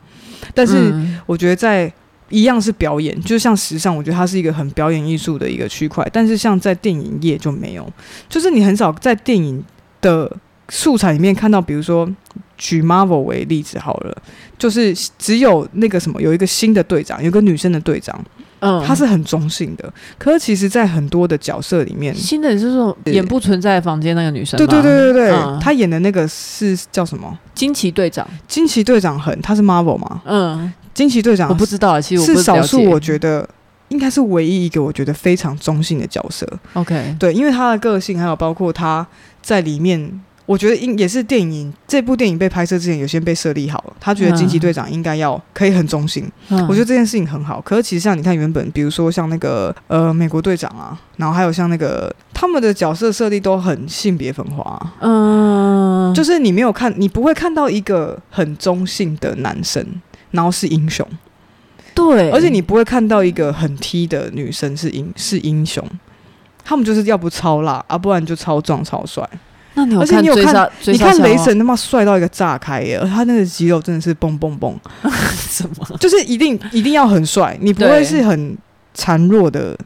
[SPEAKER 2] 但是。
[SPEAKER 1] 嗯
[SPEAKER 2] 我觉得在一样是表演，就像时尚，我觉得它是一个很表演艺术的一个区块。但是像在电影业就没有，就是你很少在电影的素材里面看到，比如说举 Marvel 为例子好了，就是只有那个什么有一个新的队长，有一个女生的队长，
[SPEAKER 1] 嗯
[SPEAKER 2] 她是很中性的。可是其实，在很多的角色里面，
[SPEAKER 1] 新的也是说演不存在的房间那个女生吗，
[SPEAKER 2] 对对对对对，
[SPEAKER 1] 嗯
[SPEAKER 2] 她演的那个是叫什么？
[SPEAKER 1] 惊奇队长，
[SPEAKER 2] 惊奇队长很，她是 Marvel 吗？
[SPEAKER 1] 嗯，
[SPEAKER 2] 惊奇队长
[SPEAKER 1] 我不知道，其实我不
[SPEAKER 2] 啊是少
[SPEAKER 1] 了
[SPEAKER 2] 数，
[SPEAKER 1] 解
[SPEAKER 2] 我觉得应该是唯一一个我觉得非常中性的角色。
[SPEAKER 1] OK，
[SPEAKER 2] 对，因为他的个性，还有包括他在里面我觉得应也是电影这部电影被拍摄之前，有些被设立好了。他觉得惊奇队长应该要可以很中性，
[SPEAKER 1] 嗯
[SPEAKER 2] 我觉得这件事情很好。可是其实像你看原本，比如说像那个呃美国队长啊，然后还有像那个他们的角色设定都很性别分化啊、
[SPEAKER 1] 嗯，
[SPEAKER 2] 就是你没有看，你不会看到一个很中性的男生，然后是英雄，
[SPEAKER 1] 对，
[SPEAKER 2] 而且你不会看到一个很 T 的女生是英是英雄。他们就是要不超辣啊，不然就超壮超帅。
[SPEAKER 1] 那你有
[SPEAKER 2] 而且
[SPEAKER 1] 看
[SPEAKER 2] 你有
[SPEAKER 1] 追
[SPEAKER 2] 看
[SPEAKER 1] 杀？追
[SPEAKER 2] 你
[SPEAKER 1] 杀
[SPEAKER 2] 看
[SPEAKER 1] 小
[SPEAKER 2] 雷
[SPEAKER 1] 吗
[SPEAKER 2] 神他妈帅到一个炸开耶，而他那个肌肉真的是蹦蹦蹦，
[SPEAKER 1] 什么？
[SPEAKER 2] 就是一定一定要很帅，你不会
[SPEAKER 1] 对
[SPEAKER 2] 是很孱弱的，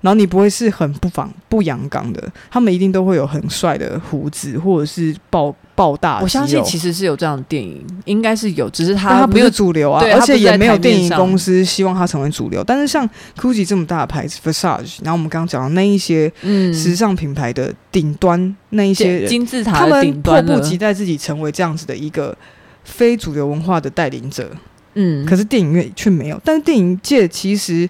[SPEAKER 2] 然后你不会是很不防不阳刚的，他们一定都会有很帅的胡子或者是爆爆大肌肉。
[SPEAKER 1] 我相信其实是有这样的电影，应该是有，只是
[SPEAKER 2] 但
[SPEAKER 1] 哦他
[SPEAKER 2] 他不
[SPEAKER 1] 没
[SPEAKER 2] 是
[SPEAKER 1] 有
[SPEAKER 2] 主流啊
[SPEAKER 1] 对，他
[SPEAKER 2] 而
[SPEAKER 1] 不
[SPEAKER 2] 且
[SPEAKER 1] 是
[SPEAKER 2] 也
[SPEAKER 1] 在
[SPEAKER 2] 没有
[SPEAKER 1] 台面
[SPEAKER 2] 电影
[SPEAKER 1] 上
[SPEAKER 2] 公司希望它成为主流。但是像 Gucci 这么大的牌子 Versace，然后我们刚刚讲的那一些
[SPEAKER 1] 嗯
[SPEAKER 2] 时尚品牌的顶端那一些
[SPEAKER 1] 金
[SPEAKER 2] 人，
[SPEAKER 1] 金字塔
[SPEAKER 2] 他
[SPEAKER 1] 的顶
[SPEAKER 2] 们迫
[SPEAKER 1] 端
[SPEAKER 2] 不
[SPEAKER 1] 了
[SPEAKER 2] 及待自己成为这样子的一个非主流文化的带领者。
[SPEAKER 1] 嗯，
[SPEAKER 2] 可是电影院却没有，但是电影界其实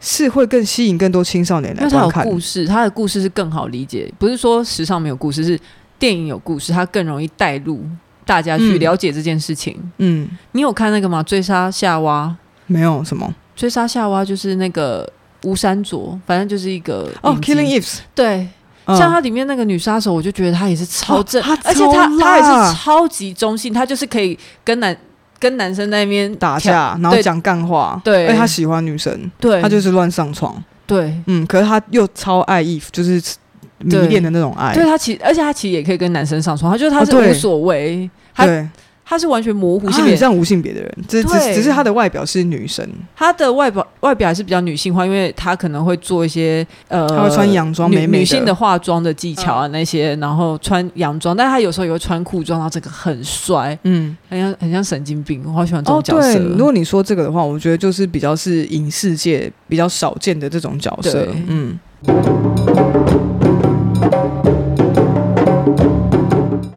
[SPEAKER 2] 是会更吸引更多青少年
[SPEAKER 1] 因
[SPEAKER 2] 来
[SPEAKER 1] 为它
[SPEAKER 2] 观
[SPEAKER 1] 有
[SPEAKER 2] 看。
[SPEAKER 1] 故事，它的故事是更好理解，不是说时尚没有故事，是电影有故事，它更容易带入大家去
[SPEAKER 2] 嗯
[SPEAKER 1] 了解这件事情。
[SPEAKER 2] 嗯，
[SPEAKER 1] 你有看那个吗？追杀夏娃，
[SPEAKER 2] 没有什么
[SPEAKER 1] 追杀夏娃就是那个吴山卓，反正就是一个
[SPEAKER 2] 哦
[SPEAKER 1] 影集
[SPEAKER 2] ，Killing Eve，
[SPEAKER 1] 对，
[SPEAKER 2] 嗯
[SPEAKER 1] 像它里面那个女杀手，我就觉得她也是超正，
[SPEAKER 2] 哦她
[SPEAKER 1] 而且
[SPEAKER 2] 超
[SPEAKER 1] 她她也
[SPEAKER 2] 辣
[SPEAKER 1] 是超级中性，她就是可以跟男跟男生那边
[SPEAKER 2] 打
[SPEAKER 1] 挑，
[SPEAKER 2] 架，然后
[SPEAKER 1] 对
[SPEAKER 2] 讲干话，
[SPEAKER 1] 对
[SPEAKER 2] 而且他喜欢女生，
[SPEAKER 1] 对，
[SPEAKER 2] 他就是乱上床。
[SPEAKER 1] 对。
[SPEAKER 2] 嗯，可是他又超爱 Eve，就是迷
[SPEAKER 1] 对
[SPEAKER 2] 恋的那种爱。
[SPEAKER 1] 对她啊其实，而且她其实也可以跟男生上床，她就是她
[SPEAKER 2] 哎哦
[SPEAKER 1] 是
[SPEAKER 2] 对啊
[SPEAKER 1] 无所谓，她
[SPEAKER 2] 对，
[SPEAKER 1] 她是完全模糊
[SPEAKER 2] 他
[SPEAKER 1] 性别
[SPEAKER 2] 很，像无性别的人，只只
[SPEAKER 1] 对
[SPEAKER 2] 只是他的外表是女生，
[SPEAKER 1] 她的外表外表还是比较女性化，因为她可能会做一些呃，
[SPEAKER 2] 他会穿洋装，
[SPEAKER 1] 女
[SPEAKER 2] 美嗯美
[SPEAKER 1] 女性的化妆的技巧啊那些，然后穿洋装，但她有时候也会穿裤装，然后这个很帅，
[SPEAKER 2] 嗯，
[SPEAKER 1] 很像很像神经病，我好喜欢这
[SPEAKER 2] 哦，
[SPEAKER 1] 种角
[SPEAKER 2] 对
[SPEAKER 1] 色。，
[SPEAKER 2] 如果你说这个的话，我觉得就是比较是影视界比较少见的这种角色
[SPEAKER 1] 对，
[SPEAKER 2] 嗯。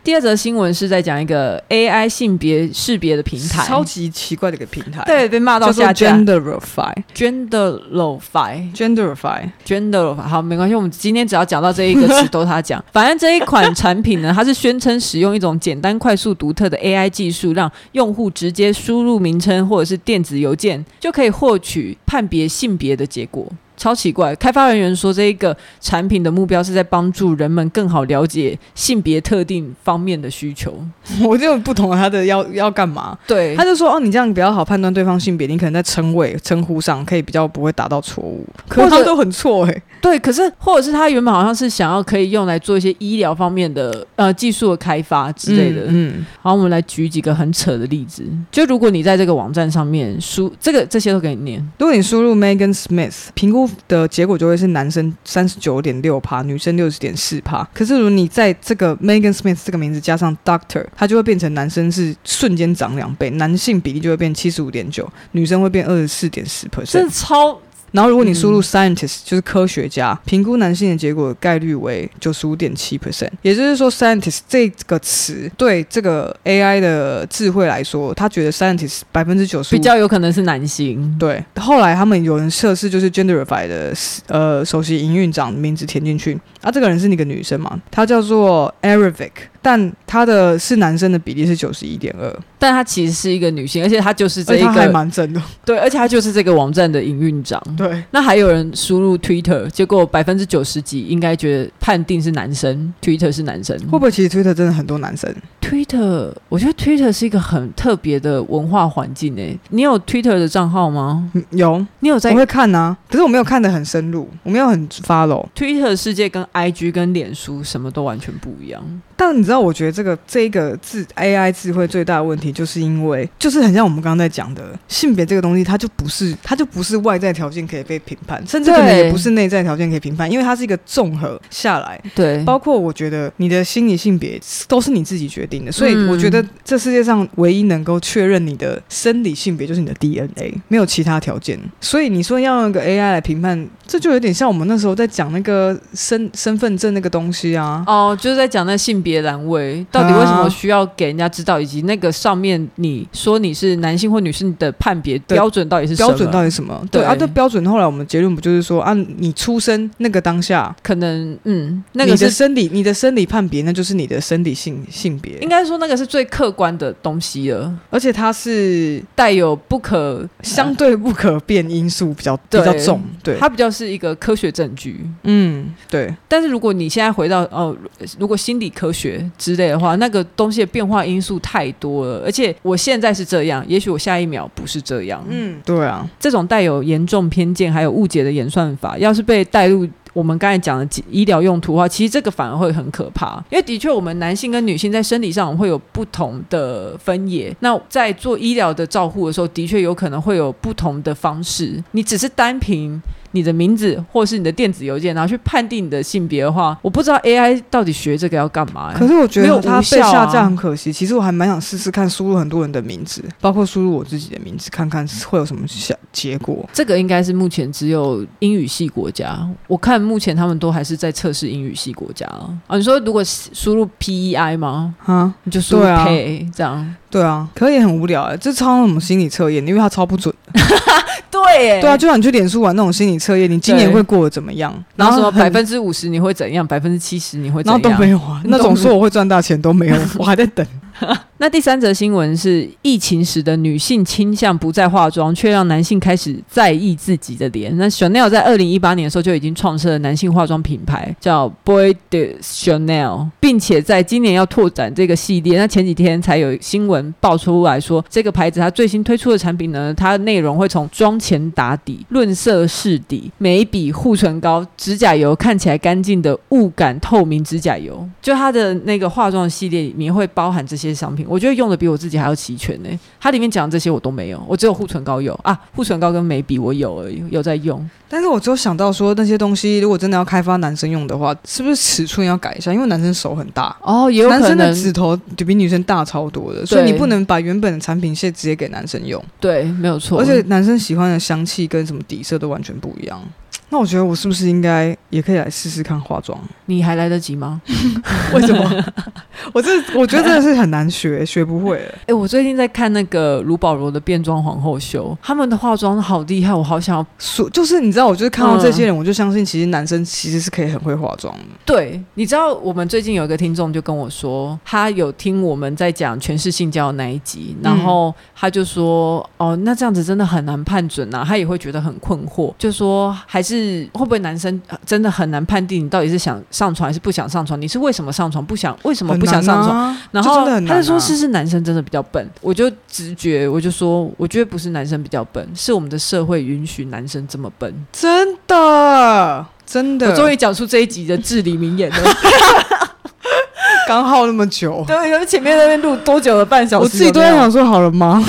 [SPEAKER 1] 第二则新闻是在讲一个 AI 性别识别的平台，
[SPEAKER 2] 超级奇怪的一个平台，，
[SPEAKER 1] 对被骂到
[SPEAKER 2] 叫做
[SPEAKER 1] 下架。
[SPEAKER 2] Genderify。
[SPEAKER 1] Genderify
[SPEAKER 2] Genderify，
[SPEAKER 1] Gender 好，没关系，我们今天只要讲到这一个词都他讲。 反正这一款产品呢，它是宣称使用一种简单、快速、独特的 AI 技术，让用户直接输入名称或者是电子邮件就可以获取判别性别的结果。超奇怪！开发人员说，这一个产品的目标是在帮助人们更好了解性别特定方面的需求。
[SPEAKER 2] 我就不懂他的要要干嘛。
[SPEAKER 1] 对，
[SPEAKER 2] 他就说哦，你这样比较好判断对方性别，你可能在称谓、称呼上可以比较不会打到错误。可是
[SPEAKER 1] 或
[SPEAKER 2] 他
[SPEAKER 1] 者
[SPEAKER 2] 都很错哎、欸，
[SPEAKER 1] 对，可是或者是他原本好像是想要可以用来做一些医疗方面的呃技术的开发之类的。
[SPEAKER 2] 嗯，嗯
[SPEAKER 1] 好，我们来举几个很扯的例子。就如果你在这个网站上面输这个，这些都给你念。
[SPEAKER 2] 如果你输入 Megan Smith，评估的结果就会是男生三十九点六趴，女生六十点四趴。可是如果你在这个 Megan Smith 这个名字加上 Doctor，它就会变成男生是瞬间涨两倍，男性比例就会变七十五点九，女生会变二十四点四 percent
[SPEAKER 1] 这。超
[SPEAKER 2] 然后如果你输入
[SPEAKER 1] 嗯
[SPEAKER 2] scientist、就是科学家，评估男性的结果的概率为九十五点七 percent，也就是说 scientist 这个词对这个 AI 的智慧来说，他觉得 scientist 百分之九十
[SPEAKER 1] 比
[SPEAKER 2] 五。
[SPEAKER 1] 较有可能是男性。
[SPEAKER 2] 对，后来他们有人测试，就是 Genderify 的呃首席营运长名字填进去，啊，这个人是那个女生嘛，她叫做 Aravic，但她的是男生的比例是九十一点二，
[SPEAKER 1] 但他其实是一个女性，而且他就是这
[SPEAKER 2] 而且
[SPEAKER 1] 一
[SPEAKER 2] 她还
[SPEAKER 1] 个
[SPEAKER 2] 蛮真的，
[SPEAKER 1] 对，而且他就是这个网站的营运长。
[SPEAKER 2] 对，
[SPEAKER 1] 那还有人输入 Twitter，结果百分之九十几应该觉得判定是男生，Twitter 是男生。
[SPEAKER 2] 会不会其实 Twitter 真的很多男生？
[SPEAKER 1] Twitter，我觉得 Twitter 是一个很特别的文化环境诶。你有 Twitter 的账号吗？
[SPEAKER 2] 嗯有，
[SPEAKER 1] 你有在
[SPEAKER 2] 我会看啊，可是我没有看的很深入，我没有很 follow。
[SPEAKER 1] Twitter 的世界跟 IG 跟脸书什么都完全不一样。
[SPEAKER 2] 但你知道，我觉得这个这个智 AI 智慧最大的问题，就是因为就是很像我们刚刚在讲的性别这个东西，它就不是它就不是外在条件可以被评判，甚至可能
[SPEAKER 1] 对嗯
[SPEAKER 2] 也不是内在条件可以评判，因为它是一个综合下来，
[SPEAKER 1] 对，
[SPEAKER 2] 包括我觉得你的心理性别都是你自己决定的，所以
[SPEAKER 1] 嗯
[SPEAKER 2] 我觉得这世界上唯一能够确认你的生理性别就是你的 DNA，没有其他条件。所以你说要用一个 AI 来评判，这就有点像我们那时候在讲那个身身份证那个东西 啊。
[SPEAKER 1] 哦，就是在讲那性别栏位到底为什么需要给人家知道，以及那个上面你说你是男性或女性的判别
[SPEAKER 2] 对
[SPEAKER 1] 标准到底是什么
[SPEAKER 2] 标准到底什么？对
[SPEAKER 1] 对
[SPEAKER 2] 啊，这标准后来我们结论不就是说啊，你出生那个当下，
[SPEAKER 1] 可能嗯，那个
[SPEAKER 2] 你的
[SPEAKER 1] 是
[SPEAKER 2] 生理你的生理判别，那就是你的生理性性别
[SPEAKER 1] 应，该说那个是最客观的东西了，
[SPEAKER 2] 而且它是
[SPEAKER 1] 带有不可
[SPEAKER 2] 相对不可变因素比较比
[SPEAKER 1] 对
[SPEAKER 2] 较重，啊对，
[SPEAKER 1] 它比较是一个科学证据。
[SPEAKER 2] 嗯，对，
[SPEAKER 1] 但是如果你现在回到哦，如果心理科学之类的话，那个东西的变化因素太多了，而且我现在是这样，也许我下一秒不是这样。嗯，
[SPEAKER 2] 嗯，对啊，
[SPEAKER 1] 这种带有严重偏见还有误解的演算法，要是被带入。我们刚才讲的几医疗用途的话，其实这个反而会很可怕，因为的确我们男性跟女性在生理上会有不同的分野。那在做医疗的照护的时候，的确有可能会有不同的方式。你只是单凭你的名字或是你的电子邮件，然后去判定你的性别的话，我不知道 AI 到底学这个要干嘛、欸
[SPEAKER 2] 可是我觉
[SPEAKER 1] 没有
[SPEAKER 2] 得
[SPEAKER 1] 无
[SPEAKER 2] 它被
[SPEAKER 1] 效啊
[SPEAKER 2] 下架很可惜。其实我还蛮想试试看，输入很多人的名字，包括输入我自己的名字，看看会有什么下结果。
[SPEAKER 1] 这个应该是目前只有英语系国家，我看目前他们都还是在测试英语系国家啊。啊你说如果输入 PEI 吗？
[SPEAKER 2] 啊，
[SPEAKER 1] 你就输入
[SPEAKER 2] 对啊
[SPEAKER 1] pay、这样？
[SPEAKER 2] 对啊，可也很无聊哎、欸，这超像什么心理测验，因为它超不准。
[SPEAKER 1] 对耶
[SPEAKER 2] 对啊，，就像你去脸书玩那种心理测验，你今年
[SPEAKER 1] 对
[SPEAKER 2] 会过得怎么样？
[SPEAKER 1] 然后什么
[SPEAKER 2] 很
[SPEAKER 1] 百分之五十你会怎样？百分之七十你会怎
[SPEAKER 2] 然后
[SPEAKER 1] 样？
[SPEAKER 2] 都没有 啊，
[SPEAKER 1] 你
[SPEAKER 2] 那
[SPEAKER 1] 懂
[SPEAKER 2] 种
[SPEAKER 1] 吗
[SPEAKER 2] 说我会赚大钱都没 有，我还在等。
[SPEAKER 1] 那第三则新闻是疫情使得女性倾向不再化妆，却让男性开始在意自己的脸。那 Chanel 在二零一八年的时候就已经创设了男性化妆品牌，叫 Boy de Chanel，并且在今年要拓展这个系列。那前几天才有新闻爆出来说，这个牌子它最新推出的产品呢，它的内容会从妆前打底、润色试底、眉笔、护唇膏、指甲油，看起来干净的雾感透明指甲油，就它的那个化妆系列里面会包含这些商品。我觉得用的比我自己还要齐全呢、它里面讲的这些我都没有，我只有护唇膏有啊，护唇膏跟眉笔我有而已，有在用。
[SPEAKER 2] 但是我只有想到说，那些东西如果真的要开发男生用的话，是不是尺寸要改一下？因为男生手很大，
[SPEAKER 1] 哦，也有
[SPEAKER 2] 男
[SPEAKER 1] 可
[SPEAKER 2] 生的
[SPEAKER 1] 能
[SPEAKER 2] 指头就比女生大超多的，所以
[SPEAKER 1] 对
[SPEAKER 2] 你不能把原本的产品线直接给男生用，
[SPEAKER 1] 对，没有错。
[SPEAKER 2] 而且男生喜欢的香气跟什么底色都完全不一样。那我觉得我是不是应该也可以来试试看化妆？
[SPEAKER 1] 你还来得及吗？
[SPEAKER 2] 为什么？ 我这我觉得真的是很难学，学不会。
[SPEAKER 1] 哎、我最近在看那个卢保罗的变装皇后秀，他们的化妆好厉害，我好想要。
[SPEAKER 2] 所就是你知道，我就是看到这
[SPEAKER 1] 嗯
[SPEAKER 2] 些人，我就相信其实男生其实是可以很会化妆的。
[SPEAKER 1] 对，你知道我们最近有一个听众就跟我说，他有听我们在讲全是性交的那一集，
[SPEAKER 2] 嗯
[SPEAKER 1] 然后他就说，哦，那这样子真的很难判准啊，他也会觉得很困惑，就说哦还是会不会男生呃真的很难判定你到底是想上床还是不想上床，你是为什么上床不想，为什么
[SPEAKER 2] 很
[SPEAKER 1] 不想
[SPEAKER 2] 难
[SPEAKER 1] 上床？
[SPEAKER 2] 啊
[SPEAKER 1] 然
[SPEAKER 2] 这
[SPEAKER 1] 后
[SPEAKER 2] 真的很难
[SPEAKER 1] 他
[SPEAKER 2] 啊
[SPEAKER 1] 就说是是男生真的比较笨，我就直觉我就说，我觉得不是男生比较笨，是我们的社会允许男生这么笨。
[SPEAKER 2] 真的真的，
[SPEAKER 1] 我终于讲出这一集的至理名言了。
[SPEAKER 2] 刚耗那么久，
[SPEAKER 1] 对，因为前面那边录多久了？半小时，
[SPEAKER 2] 我自己都在想说好 了吗？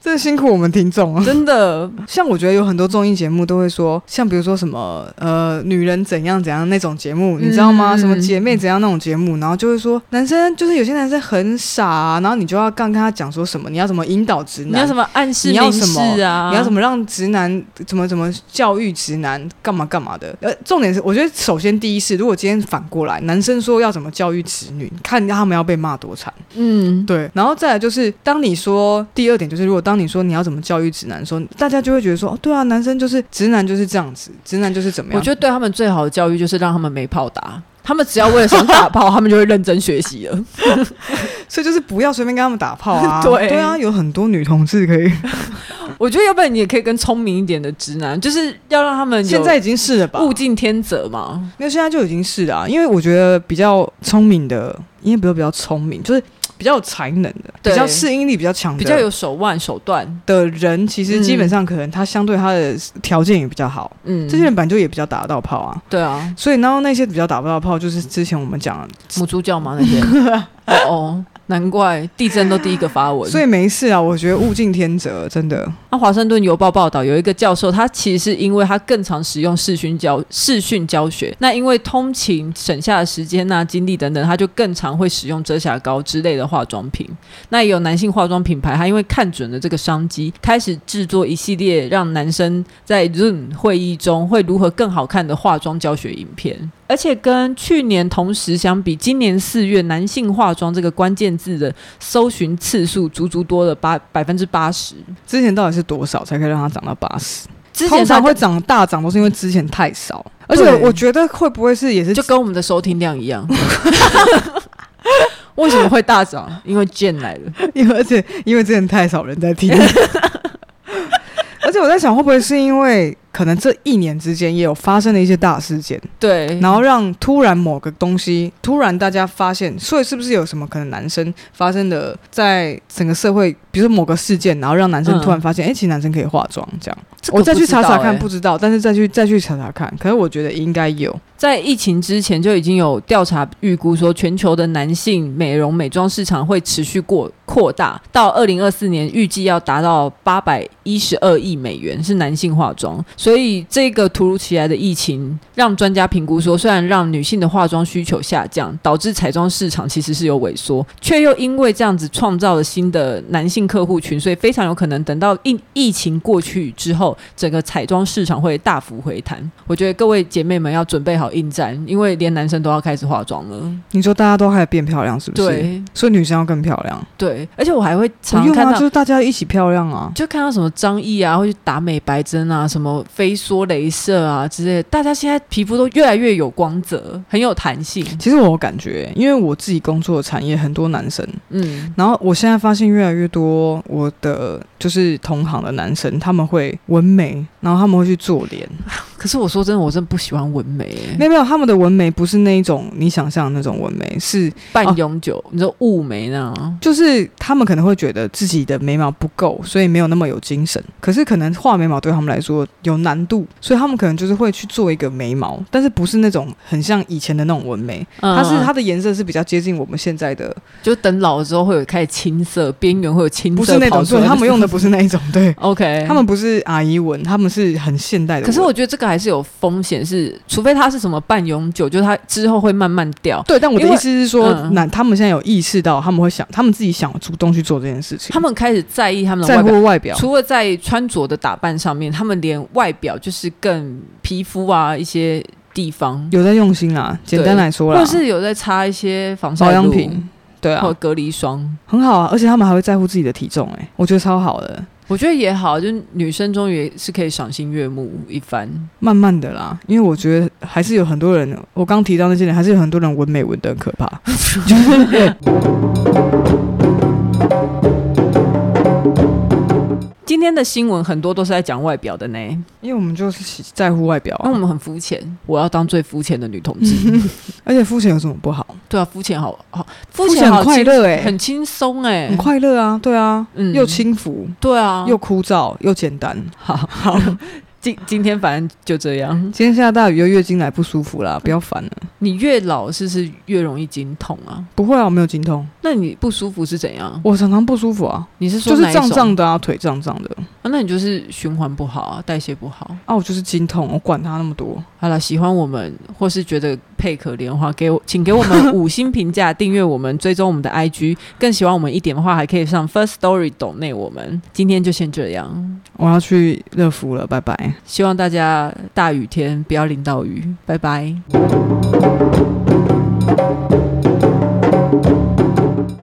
[SPEAKER 2] 真的辛苦我们听众啊！
[SPEAKER 1] 真的，
[SPEAKER 2] 像我觉得有很多综艺节目都会说，像比如说什么呃女人怎样怎样那种节目，你知道吗？
[SPEAKER 1] 嗯
[SPEAKER 2] 什么姐妹怎样那种节目，然后就会说男生就是有些男生很傻、啊，然后你就要刚跟他讲说什么，你要怎么引导直 男，
[SPEAKER 1] 你
[SPEAKER 2] 啊
[SPEAKER 1] 要什么暗示
[SPEAKER 2] 你要
[SPEAKER 1] 明
[SPEAKER 2] 什么
[SPEAKER 1] 示啊？
[SPEAKER 2] 你要怎
[SPEAKER 1] 么？
[SPEAKER 2] 么让直男怎么怎么教育直男干嘛干嘛的？呃，重点是，我觉得首先第一是，如果今天反过来，男生说要怎么教育直女，看他们要被骂多惨。
[SPEAKER 1] 嗯，
[SPEAKER 2] 对，然后再来就是，当你说第二点就是，如果当你说你要怎么教育直男的时候，说大家就会觉得说，哦，对啊，男生就是直男就是这样子，直男就是怎么
[SPEAKER 1] 嗯我
[SPEAKER 2] 样。
[SPEAKER 1] 觉得对他们最好的教育就是让他们没炮 打，他们只要为了想打炮，他们就会认真学习了。
[SPEAKER 2] 所以就是不要随便跟他们打炮啊。
[SPEAKER 1] 对
[SPEAKER 2] 对啊，有很多女同志可以，
[SPEAKER 1] 我觉得要不然你也可以跟聪明一点的直男，就是要让他们有
[SPEAKER 2] 现在已经是了吧？
[SPEAKER 1] 物竞天择嘛。
[SPEAKER 2] 没有，现在就已经是啦、因为我觉得比较聪明的，因为不是比较聪明，就是比较有才能的，
[SPEAKER 1] 对
[SPEAKER 2] 比较适应力比较强的，
[SPEAKER 1] 比较有手腕手段，
[SPEAKER 2] 的人，其实
[SPEAKER 1] 嗯
[SPEAKER 2] 基本上可能他相对他的条件也比较好，
[SPEAKER 1] 嗯，
[SPEAKER 2] 这些人本来就也比较打得到炮啊。
[SPEAKER 1] 对啊，
[SPEAKER 2] 所以，然后那些比较打不到炮，就是之前我们讲的，
[SPEAKER 1] 母猪叫吗？那些哦哦，难怪地震都第一个发文。
[SPEAKER 2] 所以没事啊，我觉得物竞天择，真的。
[SPEAKER 1] 那《华盛顿邮报》报道，有一个教授，他其实是因为他更常使用视讯教视讯教学，那因为通勤省下的时间呐、精力等等，他就更常会使用遮瑕膏之类的化妆品。那也有男性化妆品牌，他因为看准了这个商机，开始制作一系列让男生在 Zoom 会议中会如何更好看的化妆教学影片。而且跟去年同时相比，今年四月男性化妆这个关键字的搜寻次数足足多了八百分之八十。
[SPEAKER 2] 之前到底是多少才可以让它涨到八十？
[SPEAKER 1] 之
[SPEAKER 2] 通
[SPEAKER 1] 前
[SPEAKER 2] 常
[SPEAKER 1] 他
[SPEAKER 2] 会涨大涨，都是因为之前太少。而且我觉得会不会是也是
[SPEAKER 1] 就跟我们的收听量一 样。为什么会大涨？因为贱来了。
[SPEAKER 2] 因为而且因为之前太少人在 听，而且我在想会不会是因为可能这一年之间也有发生了一些大事件，
[SPEAKER 1] 对，
[SPEAKER 2] 然后让突然某个东西突然大家发现，所以是不是有什么可能男生发生的在整个社会，比如说某个事件，然后让男生
[SPEAKER 1] 嗯
[SPEAKER 2] 突然发现，哎、其实男生可以化妆这样。
[SPEAKER 1] 这个
[SPEAKER 2] 我再去
[SPEAKER 1] 不知道
[SPEAKER 2] 查查看，
[SPEAKER 1] 欸
[SPEAKER 2] 不知道，但是再去再去查查看，可是我觉得应该有。
[SPEAKER 1] 在疫情之前就已经有调查预估说，全球的男性美容美妆市场会持续过扩大，到二零二四年预计要达到八百一十二亿美元是男性化妆。所以这个突如其来的疫情，让专家评估说，虽然让女性的化妆需求下降，导致彩妆市场其实是有萎缩，却又因为这样子创造了新的男性客户群，所以非常有可能等到疫疫情过去之后，整个彩妆市场会大幅回弹。我觉得各位姐妹们要准备好应战，因为连男生都要开始化妆了。
[SPEAKER 2] 你说大家都开始变漂亮，是不是？，
[SPEAKER 1] 对
[SPEAKER 2] 所以女生要更漂亮。
[SPEAKER 1] 对，而且我还会常
[SPEAKER 2] 不用
[SPEAKER 1] 看
[SPEAKER 2] 啊，
[SPEAKER 1] 到
[SPEAKER 2] 就。是大家一起漂亮啊。
[SPEAKER 1] 就看到什么张译啊，会去打美白针啊，什么飞梭镭射啊之类的，大家现在皮肤都越来越有光泽，很有弹性。
[SPEAKER 2] 其实我有感觉，因为我自己工作的产业很多男生，
[SPEAKER 1] 嗯，
[SPEAKER 2] 然后我现在发现越来越多我的就是同行的男生，他们会纹眉，然后他们会去做脸。
[SPEAKER 1] 可是我说真的，我真的不喜欢纹眉、欸
[SPEAKER 2] 没有没有，他们的纹眉不是那一种你想象的那种纹眉，是
[SPEAKER 1] 半永久，你说雾眉那样，
[SPEAKER 2] 嗯就是他们可能会觉得自己的眉毛不够，所以没有那么有精神。可是可能画眉毛对他们来说有难度，所以他们可能就是会去做一个眉毛，但是不是那种很像以前的那种纹眉，它
[SPEAKER 1] 它
[SPEAKER 2] 是它的颜色是比较接近我们现在的，
[SPEAKER 1] 就等老了之后会有开始青色，边缘会有青色
[SPEAKER 2] 不是那种，
[SPEAKER 1] 跑出
[SPEAKER 2] 对，
[SPEAKER 1] 来
[SPEAKER 2] 他们用 的不是那一种，对。
[SPEAKER 1] OK，
[SPEAKER 2] 他们不是阿姨纹，他们是很现代的
[SPEAKER 1] 哎
[SPEAKER 2] 纹。
[SPEAKER 1] 可是我觉得这个还是有风险，是除非它是什么半永久，就是它之后会慢慢掉。
[SPEAKER 2] 对，但我的
[SPEAKER 1] 因为
[SPEAKER 2] 意思是说，
[SPEAKER 1] 嗯
[SPEAKER 2] 男、他们现在有意识到，他们会想，他们自己想主动去做这件事情，
[SPEAKER 1] 他们开始在意他们的
[SPEAKER 2] 在
[SPEAKER 1] 外表，
[SPEAKER 2] 乎外表。
[SPEAKER 1] 除了在穿着的打扮上面，他们连外表就是更皮肤啊一些地方，
[SPEAKER 2] 有在用心啦，简单来说
[SPEAKER 1] 或
[SPEAKER 2] 啦，
[SPEAKER 1] 者是哦有在擦一些防晒
[SPEAKER 2] 保养
[SPEAKER 1] 乳
[SPEAKER 2] 品，对啊
[SPEAKER 1] 或，隔离霜。
[SPEAKER 2] 很好啊，而且他们还会在乎自己的体重、欸，我觉得超好的。
[SPEAKER 1] 我觉得也好，就是女生终于是可以赏心悦目一番。
[SPEAKER 2] 慢慢的啦，因为我觉得还是有很多人，我刚提到那些人，还是有很多人纹美纹的很可怕。
[SPEAKER 1] 今天的新闻很多都是在讲外表的呢，因
[SPEAKER 2] 因为我们就是在乎外表、
[SPEAKER 1] 为
[SPEAKER 2] 啊，
[SPEAKER 1] 我们很肤浅。我要当最肤浅的女同志。
[SPEAKER 2] 而且肤浅有什么不好？
[SPEAKER 1] 对啊，肤浅好好，
[SPEAKER 2] 肤
[SPEAKER 1] 肤浅好
[SPEAKER 2] 很
[SPEAKER 1] 轻
[SPEAKER 2] 快乐哎、
[SPEAKER 1] 很轻松哎，
[SPEAKER 2] 很快乐啊，对啊，
[SPEAKER 1] 嗯
[SPEAKER 2] 又轻浮，
[SPEAKER 1] 对啊，
[SPEAKER 2] 又枯燥，又简单。
[SPEAKER 1] 好好。 今今天反正就这样。
[SPEAKER 2] 今天下大雨又月经来不舒服啦，不要烦了。
[SPEAKER 1] 你越老是不是越容易经痛啊？
[SPEAKER 2] 不会啊，我没有经痛，
[SPEAKER 1] 那你不舒服是怎样？
[SPEAKER 2] 我常常不舒服啊，
[SPEAKER 1] 你是说
[SPEAKER 2] 就是
[SPEAKER 1] 哪一
[SPEAKER 2] 胀
[SPEAKER 1] 种
[SPEAKER 2] 胀的啊，腿胀胀的
[SPEAKER 1] 啊？那你就是循环不好啊，代谢不好。
[SPEAKER 2] 啊，我就是经痛，我管它那么多。
[SPEAKER 1] 好了，喜欢我们或是觉得配可怜的话，给我请给我们五星评价，订阅我们，追踪我们的 IG。更喜欢我们一点的话，还可以上 First Story 抖内我们。今天就先这样，
[SPEAKER 2] 我要去热敷了，拜拜。
[SPEAKER 1] 希望大家大雨天不要淋到雨，拜拜。